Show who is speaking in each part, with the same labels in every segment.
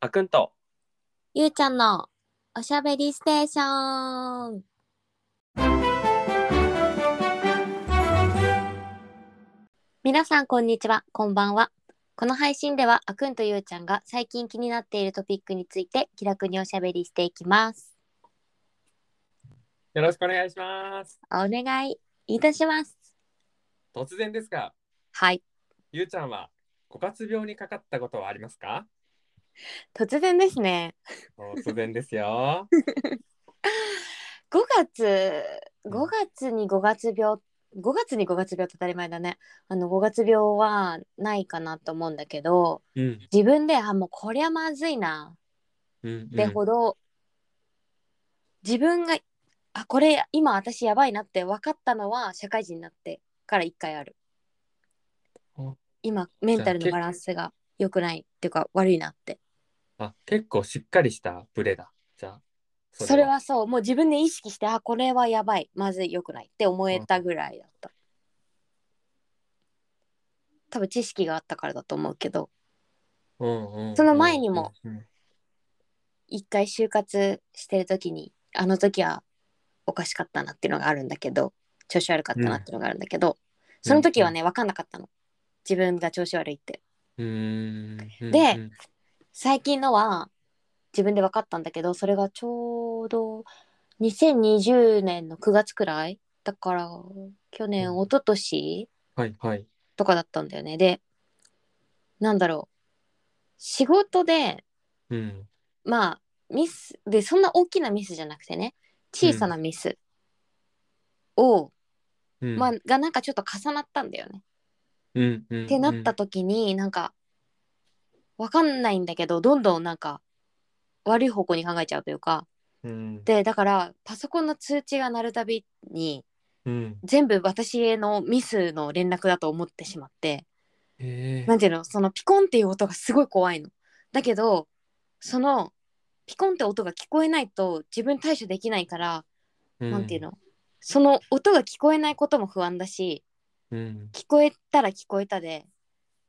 Speaker 1: あくんと
Speaker 2: ゆうちゃんのおしゃべりステーション。皆さんこんにちは、こんばんは。この配信ではあくんとゆうちゃんが最近気になっているトピックについて気楽におしゃべりしていきます。
Speaker 1: よろしくお願いします。
Speaker 2: お願いいたします。
Speaker 1: 突然ですが、
Speaker 2: はい。
Speaker 1: ゆうちゃんは枯渇病にかかったことはありますか
Speaker 2: 突然ですね。
Speaker 1: 突然ですよ。
Speaker 2: 5月、5月に5月病、5月に5月病って当たり前だね。あの5月病はないかなと思うんだけど、
Speaker 1: うん。
Speaker 2: 自分であもうこりゃまずいな
Speaker 1: うん、
Speaker 2: って
Speaker 1: うん。
Speaker 2: ほど、自分があこれ今私やばいなって分かったのは社会人になってから一回ある
Speaker 1: あ
Speaker 2: 今メンタルのバランスが良くないっていうか悪いなって
Speaker 1: あ、結構しっかりしたブレだ。じゃあ、
Speaker 2: それはそうもう自分で意識してあこれはやばいまずい良くないって思えたぐらいだった多分知識があったからだと思うけど
Speaker 1: うんうんうん
Speaker 2: その前にも。
Speaker 1: うん
Speaker 2: 一回就活してる時にあの時はおかしかったなっていうのがあるんだけど調子悪かったなっていうのがあるんだけど、その時はね分かんなかったの自分が調子悪いって
Speaker 1: うーん。うん
Speaker 2: で、最近のは自分で分かったんだけどそれがちょうど2020年の9月くらいだから去年
Speaker 1: うん
Speaker 2: 一昨年
Speaker 1: はいはい。
Speaker 2: とかだったんだよねでなんだろう仕事で
Speaker 1: うん。
Speaker 2: まあミスでそんな大きなミスじゃなくてね小さなミスを、
Speaker 1: うん
Speaker 2: まあ、がなんかちょっと重なったんだよね。
Speaker 1: うんうん。
Speaker 2: ってなった時になんかわかんないんだけどどんどんなんか悪い方向に考えちゃうというか
Speaker 1: うん。
Speaker 2: でだからパソコンの通知が鳴るたびに
Speaker 1: うん。
Speaker 2: 全部私へのミスの連絡だと思ってしまって
Speaker 1: へ
Speaker 2: なんていうのそのピコンっていう音がすごい怖いの。だけどそのピコンって音が聞こえないと自分対処できないから、
Speaker 1: え。
Speaker 2: なんていうのその音が聞こえないことも不安だし
Speaker 1: うん。
Speaker 2: 聞こえたら聞こえたで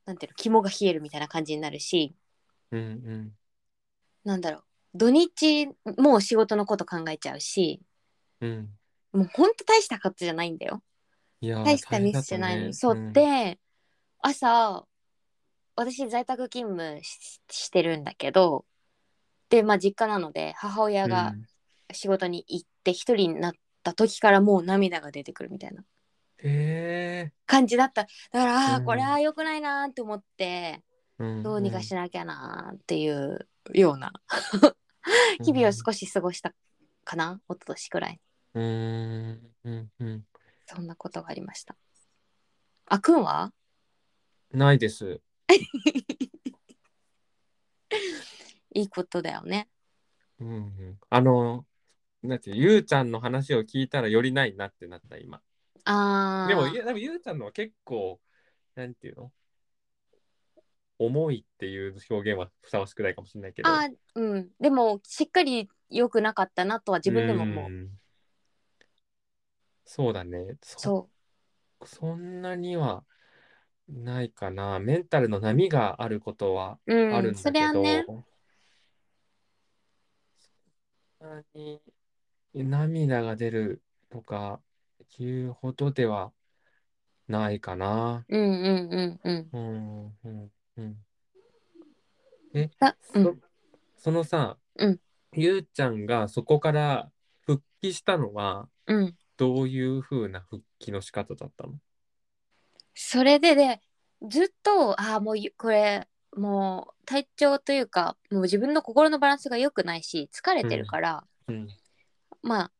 Speaker 2: なんていうの肝が冷えるみたいな感じになるし
Speaker 1: うんうん。
Speaker 2: なんだろう土日もう仕事のこと考えちゃうし
Speaker 1: うん。
Speaker 2: もうほんと大したことじゃないんだよ。
Speaker 1: いやー
Speaker 2: 大したミスじゃないのに、そう、
Speaker 1: 大変だ
Speaker 2: で朝私在宅勤務ししてるんだけどでまあ実家なので母親
Speaker 1: った
Speaker 2: が
Speaker 1: ね
Speaker 2: 仕事に行って一人になった時からもう涙が出てくるみたいな
Speaker 1: うんへえ。
Speaker 2: 感じだっただから、ああ
Speaker 1: うん
Speaker 2: これは良くないなーって思ってどうにかし
Speaker 1: な
Speaker 2: なきゃなーっていうような日々を少し過ごしたかな一昨年くらい
Speaker 1: うんうんうん、
Speaker 2: そんなことがありましたあくんは
Speaker 1: ないです。
Speaker 2: いいことだよね
Speaker 1: うんうん、あの、なんていうゆうちゃんの話を聞いたらよりないなってなった今。
Speaker 2: あー
Speaker 1: でも、ゆでもゆうちゃんのは結構、なんていうの重いっていう表現はふさわしくないかもしれないけど。
Speaker 2: あーうんでもしっかり良くなかったなとは自分でももう、
Speaker 1: んそうだね。そ
Speaker 2: そ
Speaker 1: そんなにはないかな。メンタルの波があることは
Speaker 2: ううん
Speaker 1: あるんだ
Speaker 2: そ
Speaker 1: け
Speaker 2: れは
Speaker 1: ど、
Speaker 2: ね
Speaker 1: そんなに涙が出るとかいうほどではないかな。
Speaker 2: うんうんうんうん
Speaker 1: うんうんうん、え、
Speaker 2: だう
Speaker 1: そ
Speaker 2: ん
Speaker 1: そのさ、
Speaker 2: うん
Speaker 1: ゆうちゃんがそこから復帰したのは
Speaker 2: うん
Speaker 1: どういうふうな復帰の仕方だったの
Speaker 2: それででずっとああもうゆこれもう体調というかもう自分の心のバランスが良くないし疲れてるから、
Speaker 1: うん、
Speaker 2: まあ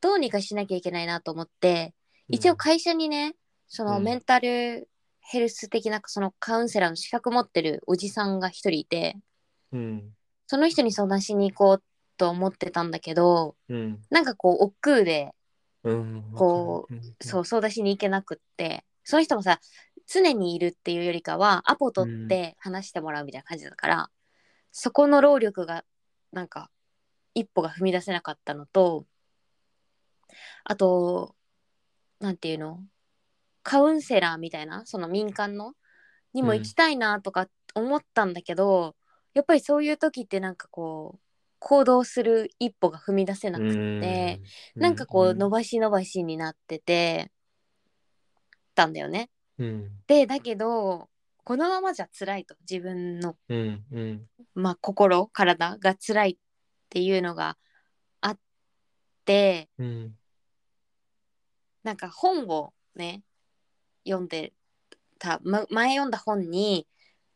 Speaker 2: どうにかしなきゃいけないなと思って一応会社にねその
Speaker 1: うん
Speaker 2: メンタルヘルス的なそのカウンセラーの資格持ってるおじさんが一人いて、
Speaker 1: うん
Speaker 2: その人に相談しに行こうと思ってたんだけど
Speaker 1: うん
Speaker 2: なんかこう億劫で
Speaker 1: うん、
Speaker 2: こそう相談しに行けなくってその人もさ常にいるっていうよりかはアポ取って話してもらうみたいな感じだから、そこの労力がなんか一歩が踏み出せなかったのとあとなんていうのカウンセラーみたいなその民間のにも行きたいなとか思ったんだけど、やっぱりそういう時ってなんかこう行動する一歩が踏み出せな
Speaker 1: う
Speaker 2: くって
Speaker 1: ん。
Speaker 2: なんかこう
Speaker 1: うん
Speaker 2: 伸ばし伸ばしになっててたんだよね。
Speaker 1: うん。
Speaker 2: でだけどこのままじゃ辛いと自分の、
Speaker 1: うん。うん。
Speaker 2: まあ、心体が辛いっていうのがあって
Speaker 1: うん。
Speaker 2: なんか本をね読んでた、ま、前読んだ本に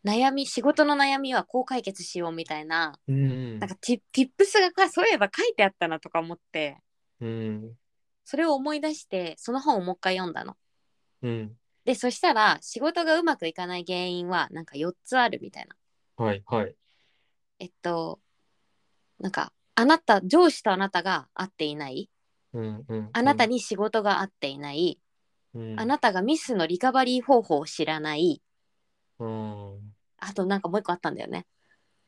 Speaker 2: 悩み仕事の悩みはこう解決しようみたいな
Speaker 1: うん
Speaker 2: なんかティティップスがかそういえば書いてあったなとか思って
Speaker 1: うん。
Speaker 2: それを思い出してその本をもう一回読んだの。
Speaker 1: うん。
Speaker 2: でそしたら仕事がうまくいかない原因はなんか4つあるみたいな。
Speaker 1: はい。はい。
Speaker 2: えっとなんかあなた上司とあなたが合っていない
Speaker 1: うん。うん。
Speaker 2: あなたに仕事が合っていない、
Speaker 1: うん。
Speaker 2: あなたがミスのリカバリー方法を知らない
Speaker 1: うん。
Speaker 2: あとなんかもう一個あったんだよね。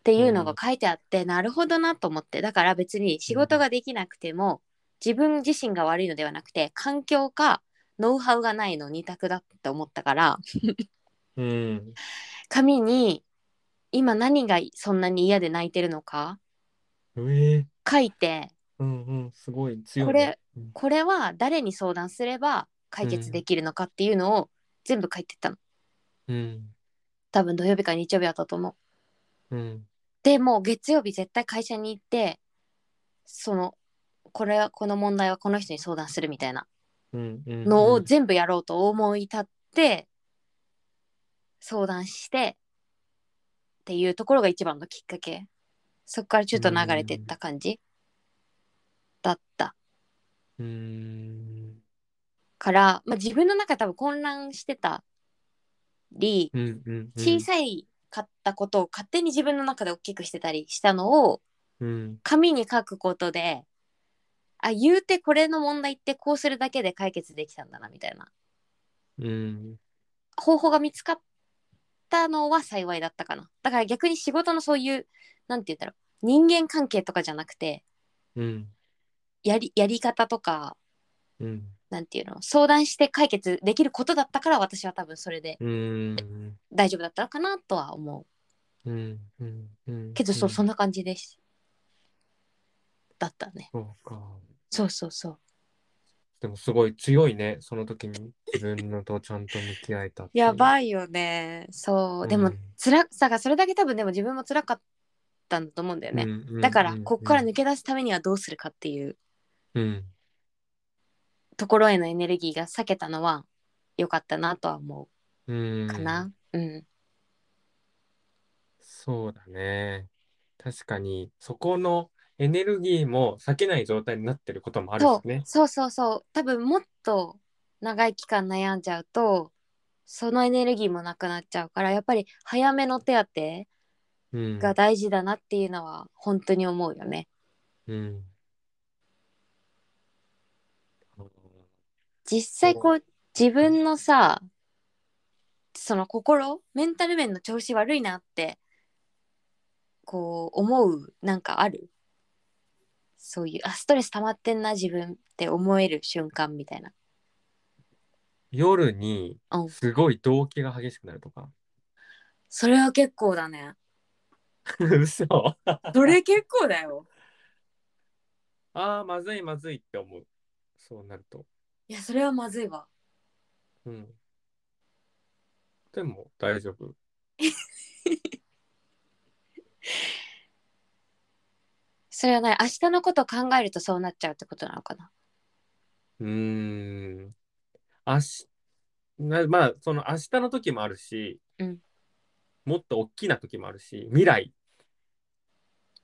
Speaker 2: っていうのが書いてあって、なるほどなと思ってだから別に仕事ができなくても、自分自身が悪いのではなくて環境かノウハウがないの二択だって思ったから
Speaker 1: うん。
Speaker 2: 紙に今何がそんなに嫌で泣いてるのか
Speaker 1: ええ。
Speaker 2: 書いて
Speaker 1: うん。うん。すごい強い。
Speaker 2: これこれは誰に相談すれば解決できるのかっていうのを全部書いてったの
Speaker 1: うん。
Speaker 2: 多分土曜日か日曜日だったと思う
Speaker 1: うん。
Speaker 2: でもう月曜日絶対会社に行ってそのこれはこの問題はこの人に相談するみたいな
Speaker 1: うん。うん。
Speaker 2: のを全部やろうと思い立って相談してっていうところが一番のきっかけそこからちょっと流れてった感じだった
Speaker 1: うん。
Speaker 2: から、まあ、自分の中多分混乱してたり
Speaker 1: うん。うん。
Speaker 2: 小さいかったことを勝手に自分の中で大きくしてたりしたのを
Speaker 1: うん。
Speaker 2: 紙に書くことであ言うてこれの問題ってこうするだけで解決できたんだなみたいな
Speaker 1: うん。
Speaker 2: 方法が見つかったのは幸いだったかなだから逆に仕事のそういうなんて言うんだろう人間関係とかじゃなくて
Speaker 1: うん。
Speaker 2: やりやり方とか
Speaker 1: うん。
Speaker 2: なんていうの相談して解決できることだったから私は多分それで
Speaker 1: うん。
Speaker 2: 大丈夫だったのかなとは思う
Speaker 1: うん。うん。
Speaker 2: けどそうそんな感じですだったね
Speaker 1: そうか。
Speaker 2: そうそうそう
Speaker 1: でもすごい強いね、その時に自分のとちゃんと向き合えたっていう。
Speaker 2: や
Speaker 1: い。
Speaker 2: ばいよねそうでも、辛さがそれだけ多分でも自分も辛かったんだと思うんだよね、
Speaker 1: うん
Speaker 2: だからこっから
Speaker 1: ね。
Speaker 2: 抜け出すためにはどうするかっていう
Speaker 1: うん。
Speaker 2: ところへのエネルギーが避けたのは良かったなとは思
Speaker 1: う。
Speaker 2: うんかなうん
Speaker 1: そうだね。確かに、そこのエネルギーも避けない状態になってることもあるし
Speaker 2: そう
Speaker 1: ね。
Speaker 2: そうそうそう多分もっと長い期間悩んじゃうとそのエネルギーもなくなっちゃうからやっぱり早めの手当て
Speaker 1: うん。
Speaker 2: が大事だなっていうのは本当に思うよね
Speaker 1: うん。
Speaker 2: 実際こう自分のさその心メンタル面の調子悪いなってこう思うなんかあるそういうあストレス溜まってんな自分って思える瞬間みたいな
Speaker 1: 夜に
Speaker 2: うん
Speaker 1: すごい動悸が激しくなるとか。
Speaker 2: それは結構だね
Speaker 1: 嘘
Speaker 2: それ結構だよ
Speaker 1: ああ、まずいまずいって思う。そうなると。
Speaker 2: いやそれはまずいわ
Speaker 1: うん。でも大丈夫。
Speaker 2: それはない明日のこと考えるとそうなっちゃうってことなのかな
Speaker 1: うーん。明日、なまあ、その明日の時もあるし、
Speaker 2: うん
Speaker 1: もっと大きな時もあるし、未来。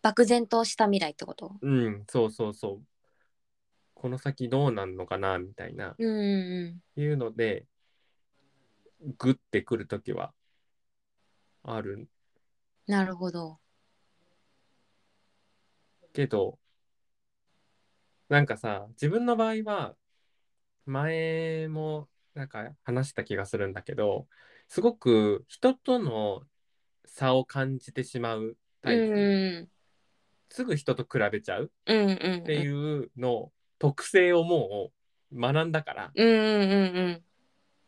Speaker 2: 漠然とした未来ってこと
Speaker 1: うん、そうそうそう。この先どうなんのかな、みたいな、
Speaker 2: うんうん
Speaker 1: いうので、グッてくる時はある
Speaker 2: なるほど
Speaker 1: けど、なんかさ、自分の場合は、前もなんか話した気がするんだけど、すごく人との差を感じてしまう
Speaker 2: う
Speaker 1: タ
Speaker 2: ん
Speaker 1: イプ。
Speaker 2: うん
Speaker 1: すぐ人と比べちゃう
Speaker 2: うんうん
Speaker 1: って
Speaker 2: うん
Speaker 1: いうの特性をもう学んだから、
Speaker 2: うんうんうん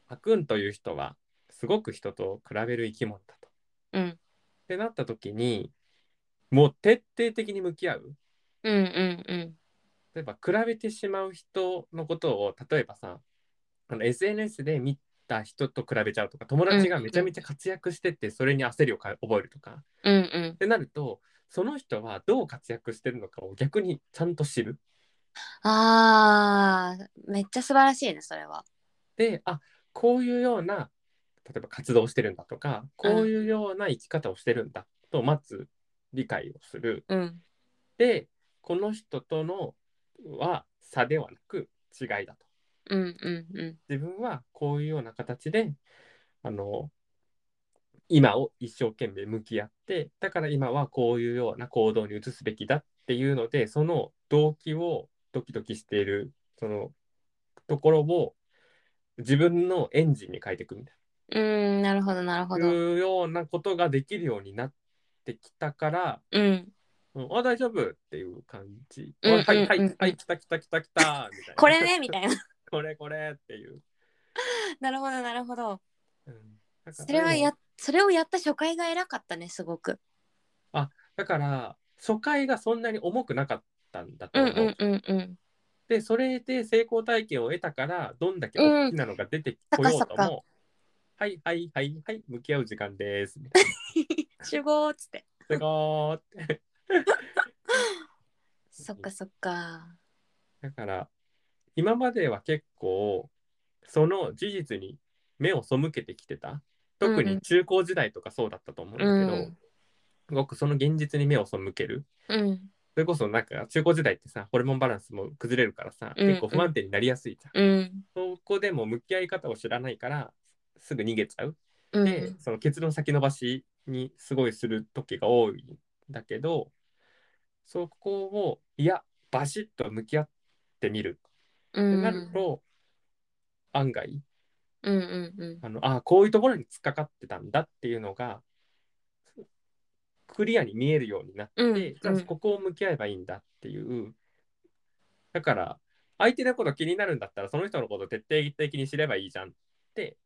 Speaker 1: パクンという人はすごく人と比べる生き物だと。っ
Speaker 2: うん
Speaker 1: てなった時にもう徹底的に向き合う
Speaker 2: うんうんうん
Speaker 1: 例えば比べてしまう人のことを例えばさあの SNS で見た人と比べちゃうとか友達がめちゃめちゃ活躍しててそれに焦りをか覚えるとか
Speaker 2: うんうん
Speaker 1: ってなるとその人はどう活躍してるのかを逆にちゃんと知る。
Speaker 2: あーめっちゃ素晴らしいねそれは
Speaker 1: であこういうような例えば活動をしてるんだとかこういうような生き方をしてるんだとまず理解をする。
Speaker 2: うん
Speaker 1: でこの人とのは差ではなく違いだと。
Speaker 2: うんうんうん
Speaker 1: 自分はこういうような形であの今を一生懸命向き合ってだから今はこういうような行動に移すべきだっていうのでその動機をドキドキしているそのところを自分のエンジンに変えていくみたいう
Speaker 2: ーんなるほどなるほ
Speaker 1: な
Speaker 2: ど
Speaker 1: いうようなことができるようになってきたから
Speaker 2: うん
Speaker 1: 「うん、あ大丈夫」っていう感じ「
Speaker 2: うんうん
Speaker 1: あはいは
Speaker 2: うんう
Speaker 1: い
Speaker 2: ん
Speaker 1: はい来た来た来た来た」みたいな
Speaker 2: これねみたいな
Speaker 1: これこれっていう。
Speaker 2: なるほどなるほど
Speaker 1: うんだから
Speaker 2: それはやそれをやった初回が偉かったねすごく
Speaker 1: だから初回がそんなに重くなかったんだと
Speaker 2: うん
Speaker 1: 思う。
Speaker 2: うんうんうん
Speaker 1: でそれで成功体験を得たからどんだけ大きなのが出てこようと
Speaker 2: うんそっかそっ
Speaker 1: も、はいはいはいはい向き合う時間ですみたいな。
Speaker 2: 集合っつって
Speaker 1: すごーって
Speaker 2: そっかそっか
Speaker 1: だから今までは結構その事実に目を背けてきてた特
Speaker 2: うんう
Speaker 1: に
Speaker 2: ん
Speaker 1: 中高時代とかそうだったと思うんだけど、
Speaker 2: うん
Speaker 1: すごくその現実に目を背ける
Speaker 2: うん
Speaker 1: それこそなんか中高時代ってさホルモンバランスも崩れるからさ
Speaker 2: うん
Speaker 1: 結構不安定になりやすいじゃん
Speaker 2: うん
Speaker 1: そこでも向き合い方を知らないからすぐ逃げちゃう。
Speaker 2: うん
Speaker 1: で、その結論先延ばしにすごいする時が多いんだけどそこをいやバシッと向き合ってみる
Speaker 2: う
Speaker 1: って
Speaker 2: ん
Speaker 1: なると、案外
Speaker 2: うんうんうん
Speaker 1: あのあこういうところに突っかかってたんだっていうのがクリアに見えるようになって、
Speaker 2: うん
Speaker 1: じゃあ
Speaker 2: うん
Speaker 1: ここを向き合えばいいんだっていうだから相手のこと気になるんだったらその人のこと徹底的に知ればいいじゃんって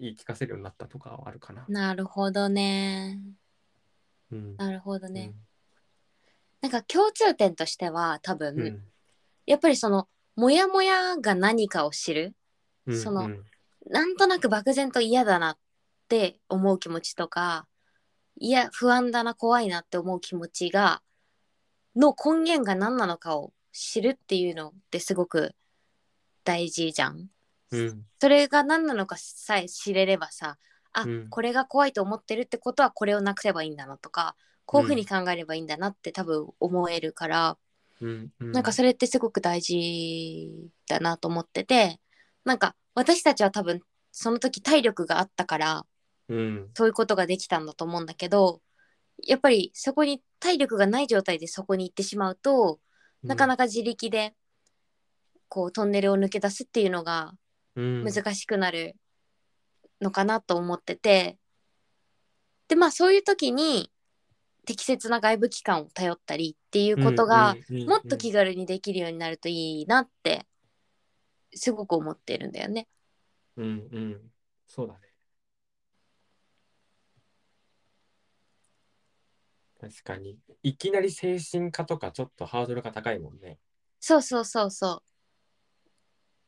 Speaker 1: 言い聞かせるようになったとかはあるかな。
Speaker 2: なるほどね
Speaker 1: うん
Speaker 2: なるほどね、なんか共通点としては多分、
Speaker 1: うん
Speaker 2: やっぱりそのモヤモヤが何かを知る
Speaker 1: うん
Speaker 2: その
Speaker 1: うん
Speaker 2: なんとなく漠然と嫌だなって思う気持ちとかいや不安だな怖いなって思う気持ちがの根源が何なのかを知るっていうのってすごく大事じゃん。
Speaker 1: うん
Speaker 2: それが何なのかさえ知れればさあ、
Speaker 1: うん
Speaker 2: これが怖いと思ってるってことはこれをなくせばいいんだなとかこういうふうに考えればいいんだなって多分思えるか
Speaker 1: う
Speaker 2: ら、
Speaker 1: んう
Speaker 2: なんかそれってすごく大事だなと思っててなんか私たちは多分その時体力があったから
Speaker 1: うん
Speaker 2: そういうことができたんだと思うんだけどやっぱりそこに体力がない状態でそこに行ってしまうとなかなか自力でこうトンネルを抜け出すっていうのが
Speaker 1: 難
Speaker 2: 難しくなるのかなと思っててでまあそういう時に適切な外部機関を頼ったりっていうことが、もっと気軽にできるようになるといいなってすごく思ってるんだよね。
Speaker 1: うんうんそうだね。確かに。いきなり精神科とかちょっとハードルが高いもんね。
Speaker 2: そうそうそうそう。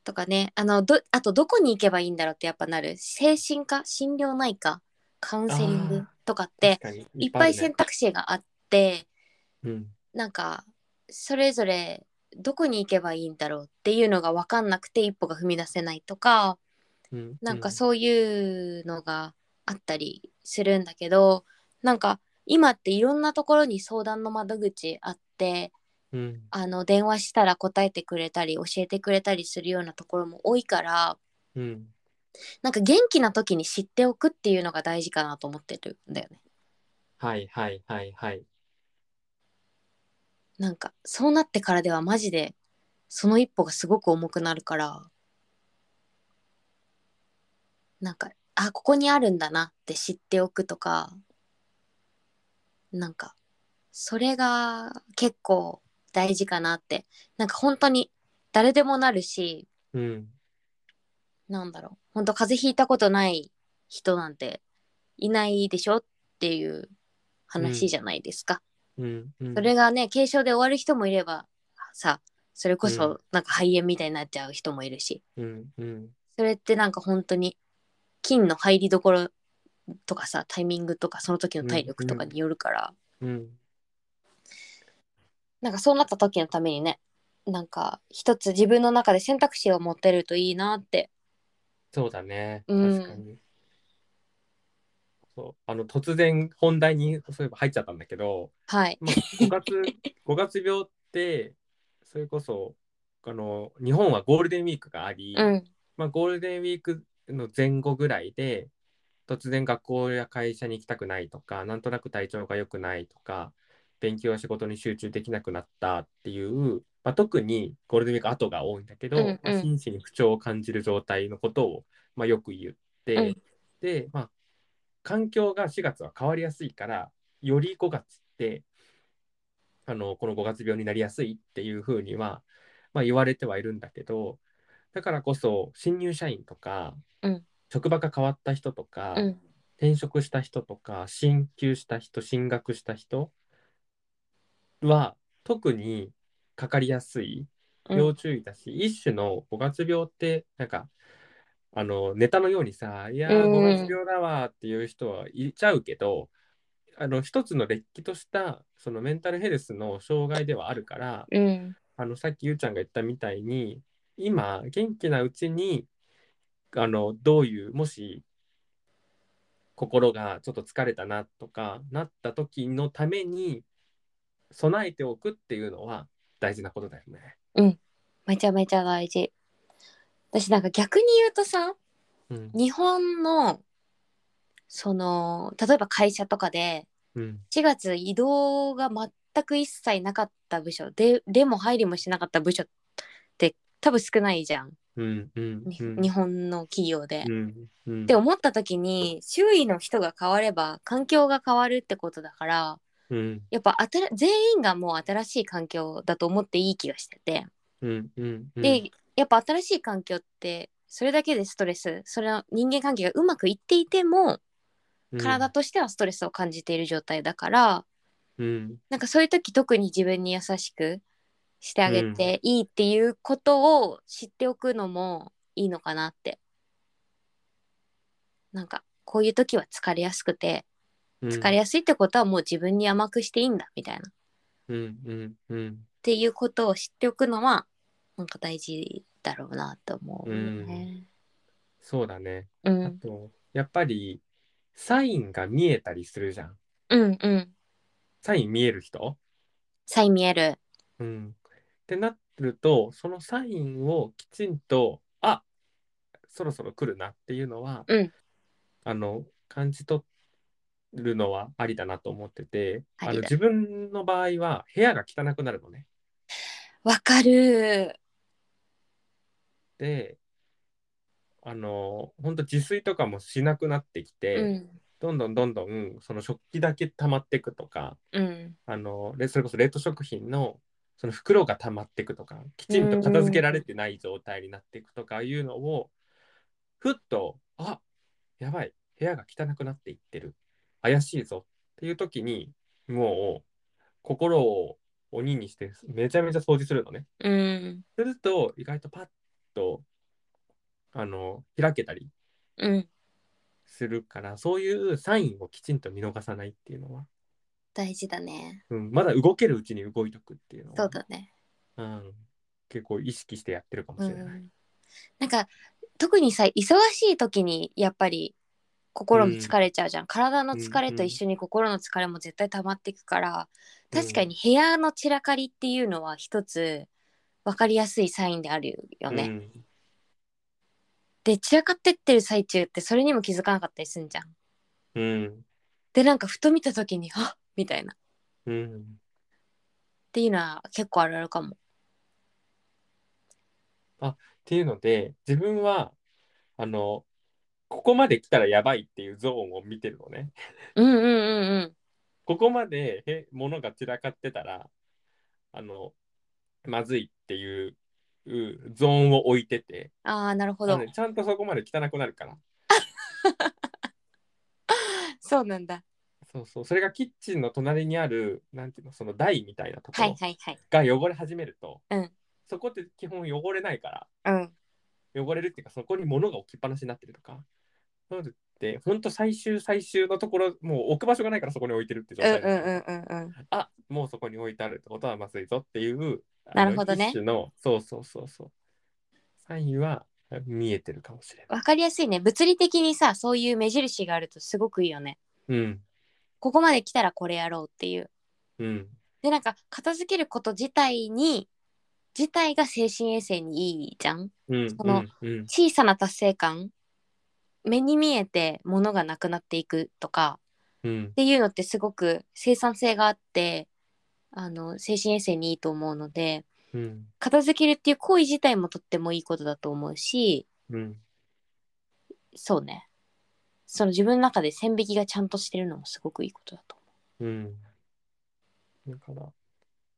Speaker 2: とかねあのどあとどこに行けばいいんだろうってやっぱなる精神科心療内科カウンセリングとかって
Speaker 1: 確かに
Speaker 2: いっぱい
Speaker 1: ある
Speaker 2: 選
Speaker 1: ね
Speaker 2: 択肢があって
Speaker 1: うん
Speaker 2: なんかそれぞれどこに行けばいいんだろうっていうのが分かんなくて一歩が踏み出せないとか、
Speaker 1: うん
Speaker 2: なんかそういうのがあったりするんだけどなんか今っていろんなところに相談の窓口あって
Speaker 1: うん
Speaker 2: あの電話したら答えてくれたり教えてくれたりするようなところも多いから
Speaker 1: うん
Speaker 2: なんか元気な時に知っておくっていうのが大事かなと思ってるんだよね。
Speaker 1: はいはいはいはい。
Speaker 2: なんかそうなってからではマジでその一歩がすごく重くなるからなんかあここにあるんだなって知っておくとかなんかそれが結構大事かなってなんか本当に誰でもなるし
Speaker 1: うん
Speaker 2: なんだろう本当風邪ひいたことない人なんていないでしょっていう話じゃないですか。
Speaker 1: うんうん
Speaker 2: それがね軽症で終わる人もいればさそれこそなんか肺炎みたいになっちゃう人もいるし、
Speaker 1: うんうん
Speaker 2: それってなんか本当に菌の入りどころとかさタイミングとかその時の体力とかによるから、
Speaker 1: うん
Speaker 2: なんかそうなった時のためにねなんか一つ自分の中で選択肢を持ってるといいなって
Speaker 1: そうだね
Speaker 2: うん
Speaker 1: 確かに、そうあの突然本題にそういえば入っちゃったんだけど、
Speaker 2: はい
Speaker 1: まあ、5月 5月病ってそれこそあの日本はゴールデンウィークがあり、
Speaker 2: うん
Speaker 1: まあ、ゴールデンウィークの前後ぐらいで突然学校や会社に行きたくないとかなんとなく体調が良くないとか勉強や仕事に集中できなくなったっていう、まあ、特にゴールデンウィーク後が多いんだけど、
Speaker 2: うんうん
Speaker 1: まあ、心身に不調を感じる状態のことを、まあ、よく言って、
Speaker 2: うん
Speaker 1: で、まあ、環境が4月は変わりやすいからより5月ってあのこの5月病になりやすいっていうふうには、まあ、言われてはいるんだけどだからこそ新入社員とか、
Speaker 2: うん
Speaker 1: 職場が変わった人とか、
Speaker 2: うん
Speaker 1: 転職した人とか進級した人進学した人は特にかかりやすい
Speaker 2: うん
Speaker 1: 要注意だし、一種の五月病ってなんかあのネタのようにさ「いやー
Speaker 2: うん
Speaker 1: 五月病だわ」っていう人はいちゃうけど、あの一つのれっきとしたそのメンタルヘルスの障害ではあるから、
Speaker 2: うん
Speaker 1: あのさっきゆうちゃんが言ったみたいに今元気なうちにあのどういうもし心がちょっと疲れたなとかなった時のために備えておくっていうのは大事なことだよね。
Speaker 2: めちゃめちゃ大事私なんか逆に言うとさ
Speaker 1: うん
Speaker 2: 日本のその例えば会社とかで
Speaker 1: うん
Speaker 2: 4月移動が全く一切なかった部署ででも入りもしなかった部署って多分少ないじゃん、
Speaker 1: うんうん
Speaker 2: に
Speaker 1: うん
Speaker 2: 日本の企業で。
Speaker 1: うんうん
Speaker 2: って思った時に周囲の人が変われば環境が変わるってことだから
Speaker 1: うん
Speaker 2: やっぱ新全員がもう新しい環境だと思っていい気がしてて、
Speaker 1: うんうんうん
Speaker 2: でやっぱ新しい環境ってそれだけでストレスそれは人間関係がうまくいっていても体としてはストレスを感じている状態だから、
Speaker 1: うん
Speaker 2: なんかそういう時特に自分に優しくしてあげていいっていうことを知っておくのもいいのかなって。なんかこういう時は疲れやすくて
Speaker 1: うん
Speaker 2: 疲れやすいってことはもう自分に甘くしていいんだみたいなっ
Speaker 1: うんうんうん
Speaker 2: ていうことを知っておくのはなんか大事だろうなと思うよね。
Speaker 1: そうだね。
Speaker 2: う
Speaker 1: あ
Speaker 2: ん
Speaker 1: とやっぱりサインが見えたりするじゃん。
Speaker 2: うんうん。
Speaker 1: サイン見える人、
Speaker 2: さい見える。
Speaker 1: うん、ってなるとそのサインをきちんとあそろそろ来るなっていうのは、
Speaker 2: うん
Speaker 1: あの感じ取るのはありだなと思っててあ
Speaker 2: あり
Speaker 1: の
Speaker 2: だ
Speaker 1: 自分の場合は部屋が汚くなるのね。
Speaker 2: わかる。
Speaker 1: であの本当自炊とかもしなくなってきて、
Speaker 2: うん
Speaker 1: どんどんどんどんその食器だけ溜まってくとか
Speaker 2: うん
Speaker 1: あのれそれこそ冷凍食品のその袋が溜まっていくとかきちんと片付けられてない状態になっていくとかいうのをふっとあやばい部屋が汚くなっていってる怪しいぞっていう時にもう心を鬼にしてめちゃめちゃ掃除するのね。
Speaker 2: うん
Speaker 1: すると意外とパッとあの開けたり
Speaker 2: うん
Speaker 1: するからそういうサインをきちんと見逃さないっていうのは、
Speaker 2: 大事だね。
Speaker 1: うん、まだ動けるうちに動いとくっていうのは。
Speaker 2: そうだね。
Speaker 1: うん、結構意識してやってるかもしれない。
Speaker 2: ん、なんか特にさ忙しい時にやっぱり心も疲れちゃうじゃん、体の疲れと一緒に心の疲れも絶対溜まっていくから、
Speaker 1: うん
Speaker 2: 確かに部屋の散らかりっていうのは一つ分かりやすいサインであるよね、で散らかってってる最中ってそれにも気づかなかったりすんじゃん
Speaker 1: うん、うん、
Speaker 2: でなんかふと見た時に「あっ!」みたいなっ
Speaker 1: うん。
Speaker 2: ていうのは結構あるあるかも
Speaker 1: っていうので、自分は、あの、ここまで来たらやばいっていうゾーンを見てるのね。
Speaker 2: うんうんうんうん
Speaker 1: ここまでへ物が散らかってたら、あの、まずいっていううゾーンを置いてて、
Speaker 2: ああなるほ
Speaker 1: あ
Speaker 2: ど
Speaker 1: のねちゃんとそこまで汚くなるから。
Speaker 2: そうなんだ
Speaker 1: そうそう。それがキッチンの隣にある、なんていうの、その台みたいなとこ
Speaker 2: はい
Speaker 1: ろ
Speaker 2: はいはい。
Speaker 1: が汚れ始めると、
Speaker 2: うん
Speaker 1: そこって基本汚れないから、
Speaker 2: うん。
Speaker 1: 汚れるっていうか、そこに物が置きっぱなしになってるとか。そういうのって、ほんと最終最終のところ、もう置く場所がないからそこに置いてるって状
Speaker 2: う
Speaker 1: 態
Speaker 2: んう
Speaker 1: だから
Speaker 2: んうんうんうん。
Speaker 1: あもうそこに置いてあるってことはまずいぞっていう
Speaker 2: なるほど
Speaker 1: あ
Speaker 2: ね
Speaker 1: の一種のそうそうそうそうサインは見えてるかもしれ
Speaker 2: わかりやすいね。物理的にさ、そういう目印があるとすごくいいよね。
Speaker 1: ないうん
Speaker 2: ここまで来たらこれやろうっていう。
Speaker 1: うん
Speaker 2: で、なんか、片付けること自体に、自体が精神衛生にいいじゃん。
Speaker 1: うん
Speaker 2: そ
Speaker 1: うん
Speaker 2: の
Speaker 1: うん
Speaker 2: 小さな達成感目に見えて物がなくなっていくとか
Speaker 1: うん
Speaker 2: っていうのってすごく生産性があってあの精神衛生にいいと思うので
Speaker 1: うん
Speaker 2: 片付けるっていう行為自体もとってもいいことだと思うし
Speaker 1: うん
Speaker 2: そうねその自分の中で線引きがちゃんとしてるのもすごくいいことだと
Speaker 1: うんだから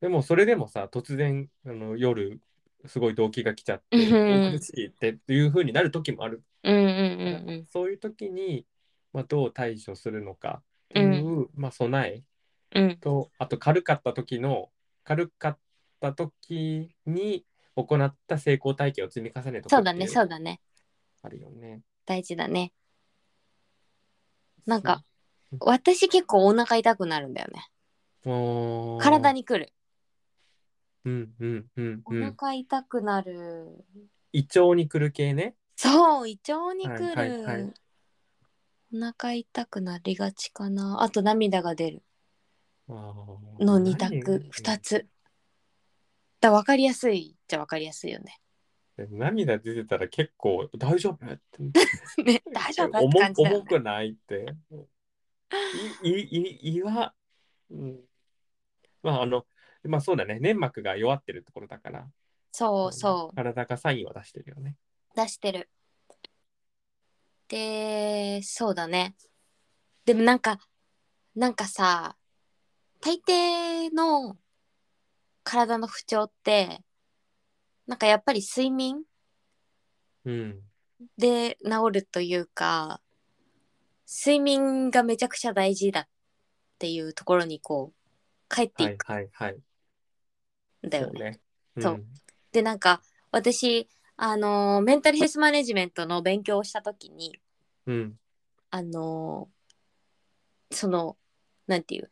Speaker 1: でもそれでもさ突然あの夜すごい動機が来ちゃって
Speaker 2: うん
Speaker 1: 苦しいってっていう風になる時もある、
Speaker 2: 思う。うんうん
Speaker 1: そういう時に、まあ、どう対処するのかって
Speaker 2: う
Speaker 1: い
Speaker 2: ん
Speaker 1: う、まあ、備え
Speaker 2: うんうん
Speaker 1: とあと軽かった時の軽かった時に行った成功体験を積み重ねとく
Speaker 2: そうだねそううだね
Speaker 1: あるよね
Speaker 2: 大事だねなんか私結構お腹痛くなるんだよね
Speaker 1: そう
Speaker 2: 体にくる
Speaker 1: うんうんうん
Speaker 2: お
Speaker 1: うん
Speaker 2: 腹痛くなる、
Speaker 1: 胃腸に来る系ね
Speaker 2: そう胃腸にくる、
Speaker 1: はいはいはい
Speaker 2: お腹痛くなりがちかなあと涙が出るの
Speaker 1: の
Speaker 2: 2択2つだ分かりやすいじゃ分かりやすいよ ね
Speaker 1: 涙出てたら結構大丈夫って
Speaker 2: ね大丈夫って
Speaker 1: 重
Speaker 2: 感じだよ
Speaker 1: 重
Speaker 2: ね
Speaker 1: くないっていいい胃は、うん、まああのまあそうだね粘膜が弱ってるところだから
Speaker 2: そうそ
Speaker 1: 体がサインは出してるよね
Speaker 2: う出してるでそうだねでもなんかなんかさ大抵の体の不調ってなんかやっぱり睡眠
Speaker 1: うん
Speaker 2: で治るというか睡眠がめちゃくちゃ大事だっていうところにこう帰って
Speaker 1: はいい
Speaker 2: く
Speaker 1: はいはい。
Speaker 2: んだよね。
Speaker 1: そうね。
Speaker 2: そうでなんか私あのーメンタルヘルスマネジメントの勉強をした時に
Speaker 1: うん。うん。
Speaker 2: あのーそのなんていう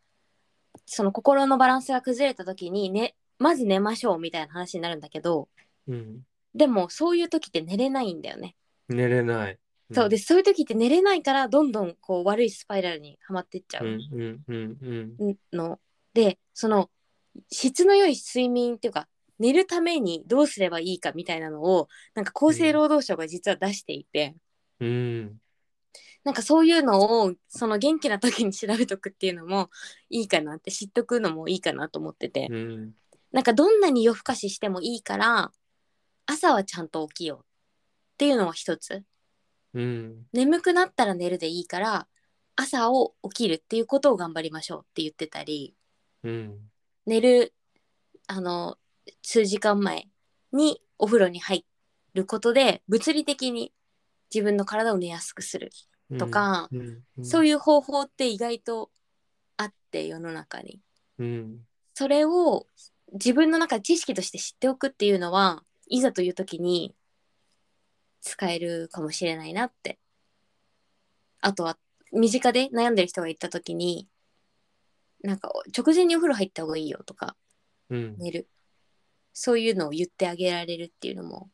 Speaker 2: その心のバランスが崩れた時に、ね、まず寝ましょうみたいな話になるんだけど
Speaker 1: うん。
Speaker 2: でもそういう時って寝れないんだよね。
Speaker 1: 寝れない。。
Speaker 2: そうですそういう時って寝れないからどんどんこう悪いスパイラルにはまっていっちゃ
Speaker 1: う
Speaker 2: う。
Speaker 1: んうんうんうん。
Speaker 2: のでその質の良い睡眠っていうか寝るためにどうすればいいかみたいなのをなんか厚生労働省が実は出していて、
Speaker 1: うん。
Speaker 2: なんかそういうのをその元気な時に調べとくっていうのもいいかなって知っとくのもいいかなと思ってて、
Speaker 1: うん。
Speaker 2: なんかどんなに夜更かししてもいいから朝はちゃんと起きようっていうのは一つ
Speaker 1: うん。
Speaker 2: 眠くなったら寝るでいいから朝を起きるっていうことを頑張りましょうって言ってたり、
Speaker 1: うん。
Speaker 2: 寝るあの数時間前にお風呂に入ることで物理的に自分の体を寝やすくする、とか
Speaker 1: うん、
Speaker 2: そう
Speaker 1: い
Speaker 2: いう方法って意外とあって世の中に
Speaker 1: うん。
Speaker 2: それを自分の中で知識として知っておくっていうのはいざという時に使えるかもしれないなってあとは身近で悩んでる人がいた時になんか直前にお風呂入った方がいいよとか
Speaker 1: うん。うん。
Speaker 2: 寝るそういうのを言ってあげられるっていうのも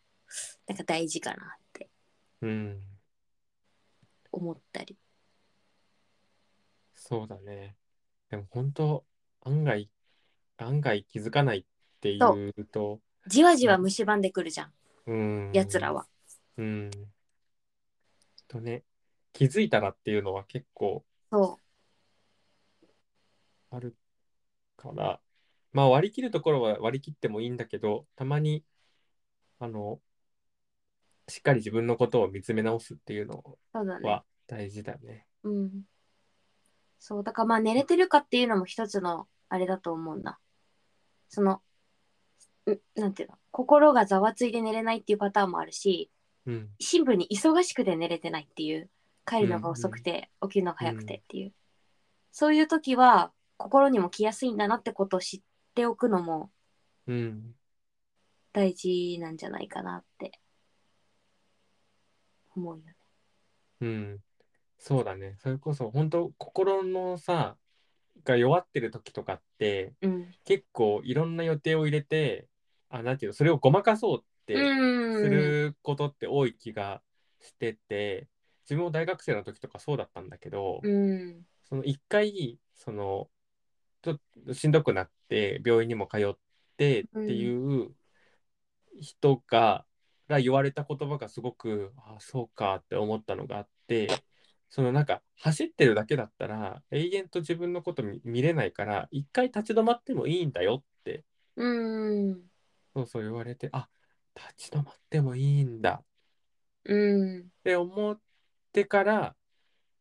Speaker 2: なんか大事かなって
Speaker 1: うん。
Speaker 2: 思ったり
Speaker 1: そうだね。でも本当、案外、案外気づかないっていうと、
Speaker 2: じわじわ蝕んでくるじゃん
Speaker 1: うん。
Speaker 2: やつらは
Speaker 1: うん。とね、気づいたらっていうのは結構、
Speaker 2: そ
Speaker 1: あるから、まあ割り切るところは割り切ってもいいんだけど、たまに、あの、しっかり自分のことを見つめ直すっていうの
Speaker 2: うそうだね
Speaker 1: は大事だね。
Speaker 2: うんそうだからまあ寝れてるかっていうのも一つのあれだと思うんだそのうなんていうの心がざわついて寝れないっていうパターンもあるし
Speaker 1: うん、
Speaker 2: シンプルに忙しくて寝れてないっていう帰るのが遅くて起きるのが早くてっていう、そういう時は心にも来やすいんだなってことを知っておくのも
Speaker 1: うん。
Speaker 2: 大事なんじゃないかなって思うよね。
Speaker 1: うん。そうだね。それこそ、本当心のさ、が弱ってる時とかって、
Speaker 2: うん。
Speaker 1: 結構いろんな予定を入れて、あ、なんていうの、それをごまかそうってす
Speaker 2: うん。
Speaker 1: ることって多い気がしてて、自分も大学生の時とかそうだったんだけど、
Speaker 2: うん。
Speaker 1: その一回そのちょっとしんどくなって病院にも通ってっていう人が,、が言われた言葉がすごくあそうかって思ったのがあってそのなんか走ってるだけだったら永遠と自分のこと見見れないから一回立ち止まってもいいんだよって
Speaker 2: うん。
Speaker 1: そうそう言われてあ立ち止まってもいいんだ
Speaker 2: うん。
Speaker 1: って思ってから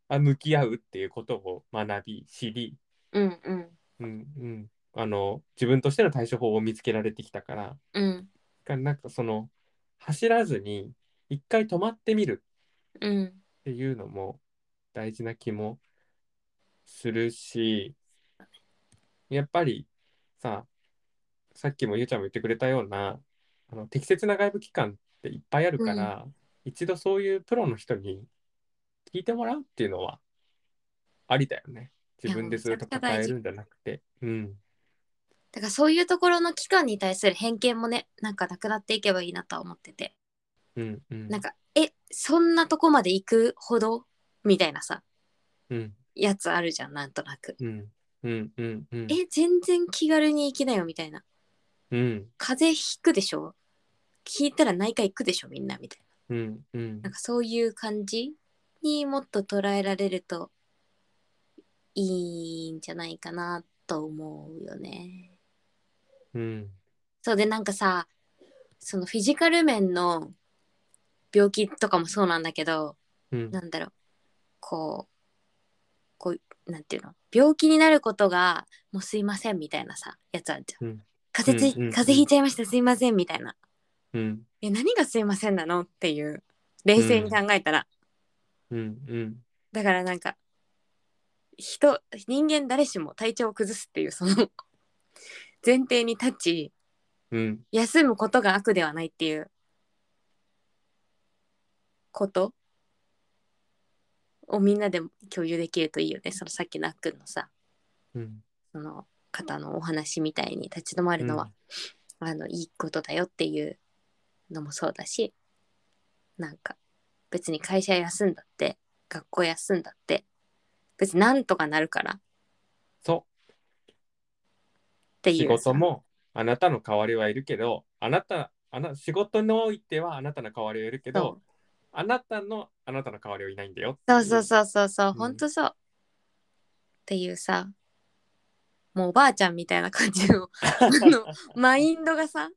Speaker 1: あ向き合うっていうことを学び知り
Speaker 2: うん。うん。
Speaker 1: うんうん、あの自分としての対処法を見つけられてきたからだ
Speaker 2: うん。
Speaker 1: からなんかその走らずに一回止まってみる
Speaker 2: うん。
Speaker 1: っていうのも大事な気もするしやっぱりささっきもゆうちゃんも言ってくれたようなあの適切な外部機関っていっぱいあるから、一度そういうプロの人に聞いてもらうっていうのはありだよね自分でずっと抱えるんじゃなくて。うん
Speaker 2: だからそういうところの期間に対する偏見もねなんかなくなっていけばいいなとは思ってて
Speaker 1: うんうん
Speaker 2: なんかえそんなとこまで行くほどみたいなさ
Speaker 1: うん
Speaker 2: やつあるじゃんなんとなく
Speaker 1: うんうんうんうん
Speaker 2: え全然気軽に行きなよみたいな
Speaker 1: うん
Speaker 2: 風邪ひくでしょ聞いたら内科行くでしょみんなみたい
Speaker 1: うんうん
Speaker 2: ななんかそういう感じにもっと捉えられるといいんじゃないかなと思うよね
Speaker 1: うん
Speaker 2: そうでなんかさそのフィジカル面の病気とかもそうなんだけど
Speaker 1: うん
Speaker 2: なんだろうこうこうなんていうの病気になることがもうすいませんみたいなさやつあるじゃん、
Speaker 1: うん
Speaker 2: 風邪つ
Speaker 1: う
Speaker 2: い
Speaker 1: んうんうん
Speaker 2: 風邪ひいちゃいましたすいませんみたいな
Speaker 1: うん
Speaker 2: え何がすいませんなのっていう冷静に考えたら、
Speaker 1: うんうん
Speaker 2: だからなんか人人間誰しも体調を崩すっていうその 前提に立ち
Speaker 1: うん
Speaker 2: 休むことが悪ではないっていうことをみんなで共有できるといいよねそのさっきのあっくんのさ
Speaker 1: うん
Speaker 2: その方のお話みたいに立ち止まるのは、あのいいことだよっていうのもそうだしなんか別に会社休んだって学校休んだって別になんとかなるからっ
Speaker 1: そ
Speaker 2: て
Speaker 1: う
Speaker 2: いう
Speaker 1: 仕事もあなたの代わりはいるけどあなたあな仕事においてはあなたの代わりはいるけ
Speaker 2: そう
Speaker 1: どあなたのあなたの代わりはいないんだよ
Speaker 2: そうそうそうそうそう、
Speaker 1: ん
Speaker 2: ほんとそう。っていうさ、もうおばあちゃんみたいな感じのあ のマインドがさ、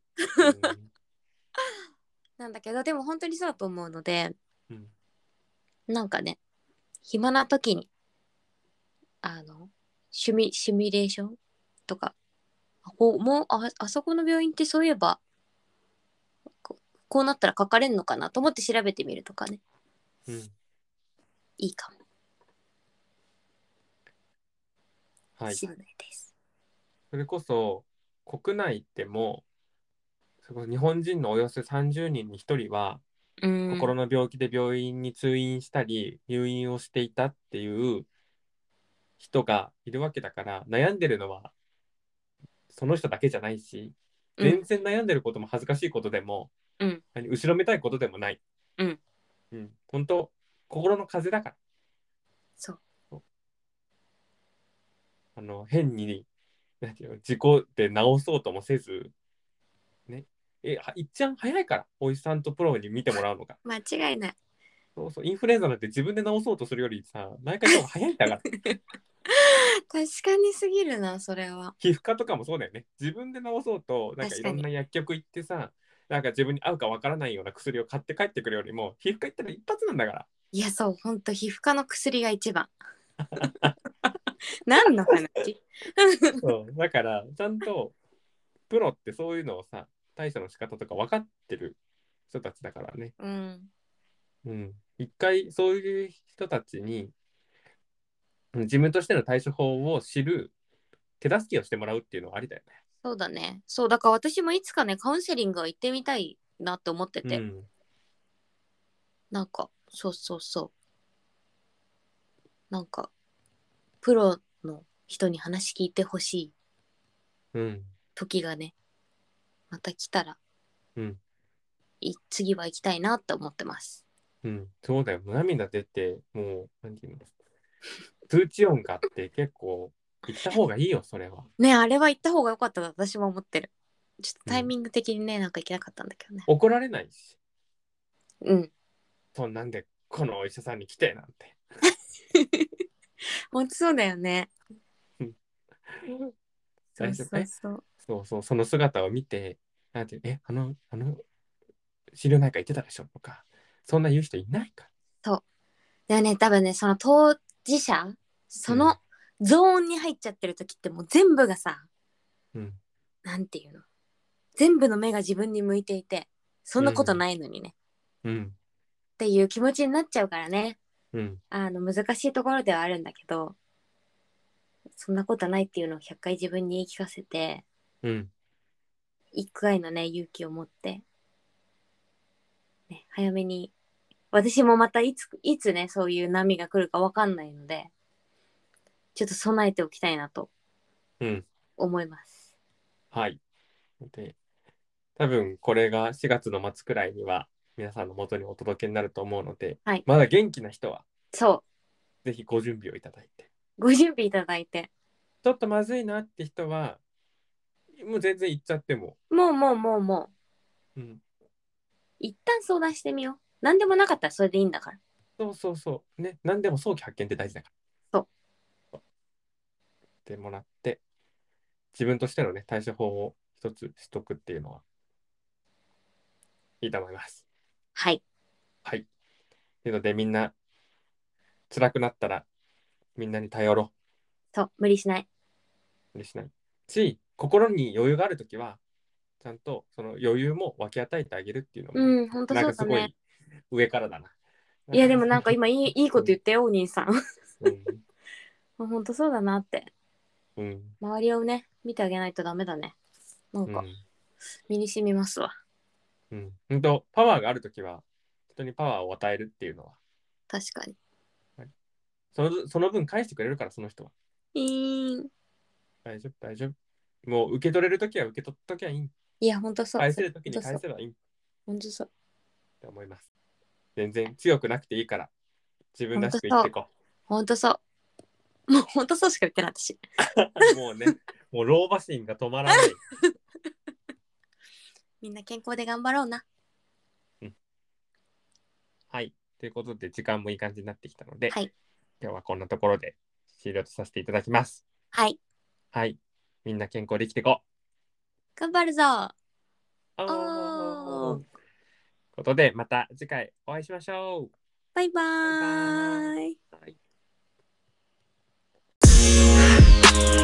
Speaker 2: なんだけど、でも本当にそうだと思うので、
Speaker 1: うんうん
Speaker 2: なんかね、暇な時に、あの、シミシミュレーションとか、こうもうあ、あそこの病院ってそういえば、ここうなったら書かれんのかなと思って調べてみるとかね、
Speaker 1: うん
Speaker 2: いいかも
Speaker 1: はい
Speaker 2: しれないです。
Speaker 1: それこそ国内でもそれこそ日本人のおよそ30人に1人は
Speaker 2: うん。
Speaker 1: 心の病気で病院に通院したり入院をしていたっていう人がいるわけだから悩んでるのはその人だけじゃないし
Speaker 2: うん
Speaker 1: 全然悩んでることも恥ずかしいことでも、
Speaker 2: うん
Speaker 1: 何後ろめたいことでもない、
Speaker 2: うん
Speaker 1: うん、本当心の風邪だから
Speaker 2: そう
Speaker 1: あの変になんていうの自己で治そうともせずねえはいっちゃん早いからおじさんとプロに見てもらうのが。
Speaker 2: 間違いない。
Speaker 1: そうそう、インフルエンザなんて自分で治そうとするよりさ、内科医の方が早いん だから、
Speaker 2: 確かにすぎるなそれは
Speaker 1: 皮膚科とかもそうだよね。自分で治そうと、なんかい
Speaker 2: 確か
Speaker 1: ろ
Speaker 2: に
Speaker 1: んな薬局行ってさ、なんか自分に合うかわからないような薬を買って帰ってくるよりも、皮膚科行ったら一発なんだ から。
Speaker 2: いやそうほんと皮膚科の薬が一番 何の話
Speaker 1: そうだから、ちゃんと、プロってそういうのをさ、対処の仕方とか分かってる人たちだからね。
Speaker 2: うん
Speaker 1: うん。一回、そういう人たちに、うん自分としての対処法を知る手助けをしてもらうっていうのはありだよ
Speaker 2: そうだね。そう、だから私もいつかね、カウンセリングは行ってみたいなって思ってて、
Speaker 1: ね。うん
Speaker 2: なんか、そうそうそう。なんか、プロの人に話聞いてほしい
Speaker 1: うん
Speaker 2: 時がね、また来たら、
Speaker 1: うん
Speaker 2: い次は行きたいなって思ってます。
Speaker 1: うん、そうだよ涙出てもう何て言うの通知音があって結構行った方がいいよそれは
Speaker 2: ね、あれは行った方が良かったと私も思ってる。ちょっとタイミング的にね、なんか行けなかったんだけどね。
Speaker 1: 怒られないし
Speaker 2: うん。
Speaker 1: そんなんでこのお医者さんに来てなんて
Speaker 2: 本当そうだよね。そ
Speaker 1: 大丈
Speaker 2: う
Speaker 1: 夫
Speaker 2: そうそう。
Speaker 1: そうそうその姿を見てなんていうえあのあの資料内科行ってたでしょとかそんな言う人いないか
Speaker 2: でね、多分ね、その当事者、そのゾーンに入っちゃってる時ってもう全部がさ、
Speaker 1: らうん
Speaker 2: なんていうの全部の目が自分に向いていてそんなことないのにね、
Speaker 1: うん
Speaker 2: っていう気持ちになっちゃうからね
Speaker 1: うん
Speaker 2: あの難しいところではあるんだけどそんなことないっていうのを100回自分に言い聞かせて
Speaker 1: うん
Speaker 2: 一回のね勇気を持って、ね、早めに私もまたいついつねそういう波が来るかわかんないのでちょっと備えておきたいなと
Speaker 1: うん
Speaker 2: 思います。
Speaker 1: はいで多分これが4月の末くらいには皆さんの元にお届けになると思うので、
Speaker 2: はい
Speaker 1: まだ元気な人は
Speaker 2: そ
Speaker 1: ぜひご準備をいただいて。
Speaker 2: うご準備いただいて
Speaker 1: ちょっとまずいなって人は、もう全然行っちゃっても。
Speaker 2: もうもうもうもう
Speaker 1: うん、
Speaker 2: 一旦相談してみよう。何でもなかったらそれでいいんだから。
Speaker 1: そうそうそう。ね、何でも早期発見って大事だから。。
Speaker 2: そう
Speaker 1: ってもらって、自分としてのね、対処法を一つしとくっていうのは、いいと思います。
Speaker 2: はい。
Speaker 1: はい。というので、みんな、辛くなったら、みんなに頼ろ
Speaker 2: そう、無理しない。
Speaker 1: う。無理しない。し、心に余裕があるときは、ちゃんとその余裕も分け与えてあげるっていうのも、
Speaker 2: うん、ほんと
Speaker 1: な
Speaker 2: そ
Speaker 1: ん
Speaker 2: う
Speaker 1: かす
Speaker 2: だ
Speaker 1: ご
Speaker 2: ね。
Speaker 1: い上からだな。
Speaker 2: いや、でもなんか今いいいいこと言ったよ、お兄さん。
Speaker 1: う
Speaker 2: ほんとそうだなって。
Speaker 1: ん。うん。
Speaker 2: 周りをね、見てあげないとダメだね。なん
Speaker 1: う
Speaker 2: か、
Speaker 1: ん。
Speaker 2: 身に染みますわ。
Speaker 1: うん。ほんと、パワーがあるときは、人にパワーを与えるっていうのは、
Speaker 2: 確かに。
Speaker 1: そのその分返してくれるから、その人は。
Speaker 2: いい。
Speaker 1: 大丈夫、大丈夫。もう受け取れるときは受け取っときゃいい。
Speaker 2: いや、ほんとそう。
Speaker 1: 返せるときに返
Speaker 2: 本当そう
Speaker 1: せばいいっ
Speaker 2: ほんとそう。
Speaker 1: て思います。全然強くなくていいから、自分らしく生きていこ
Speaker 2: ほんとそう。もうほんとそうしか言ってない私。
Speaker 1: う。もう ね、もう老婆心が止まらない。
Speaker 2: みんな健康で頑張ろうな。
Speaker 1: はい。ということで、時間もいい感じになってきたので、
Speaker 2: はい
Speaker 1: 今日はこんなところで終了とさせていただきます。
Speaker 2: はい。
Speaker 1: はい。みんな健康で生きていこう。
Speaker 2: 頑張るぞ。
Speaker 1: お
Speaker 2: おー
Speaker 1: ーことで、また次回お会いしましょ
Speaker 2: バイバ
Speaker 1: バイバ
Speaker 2: ーイ。
Speaker 1: う。はい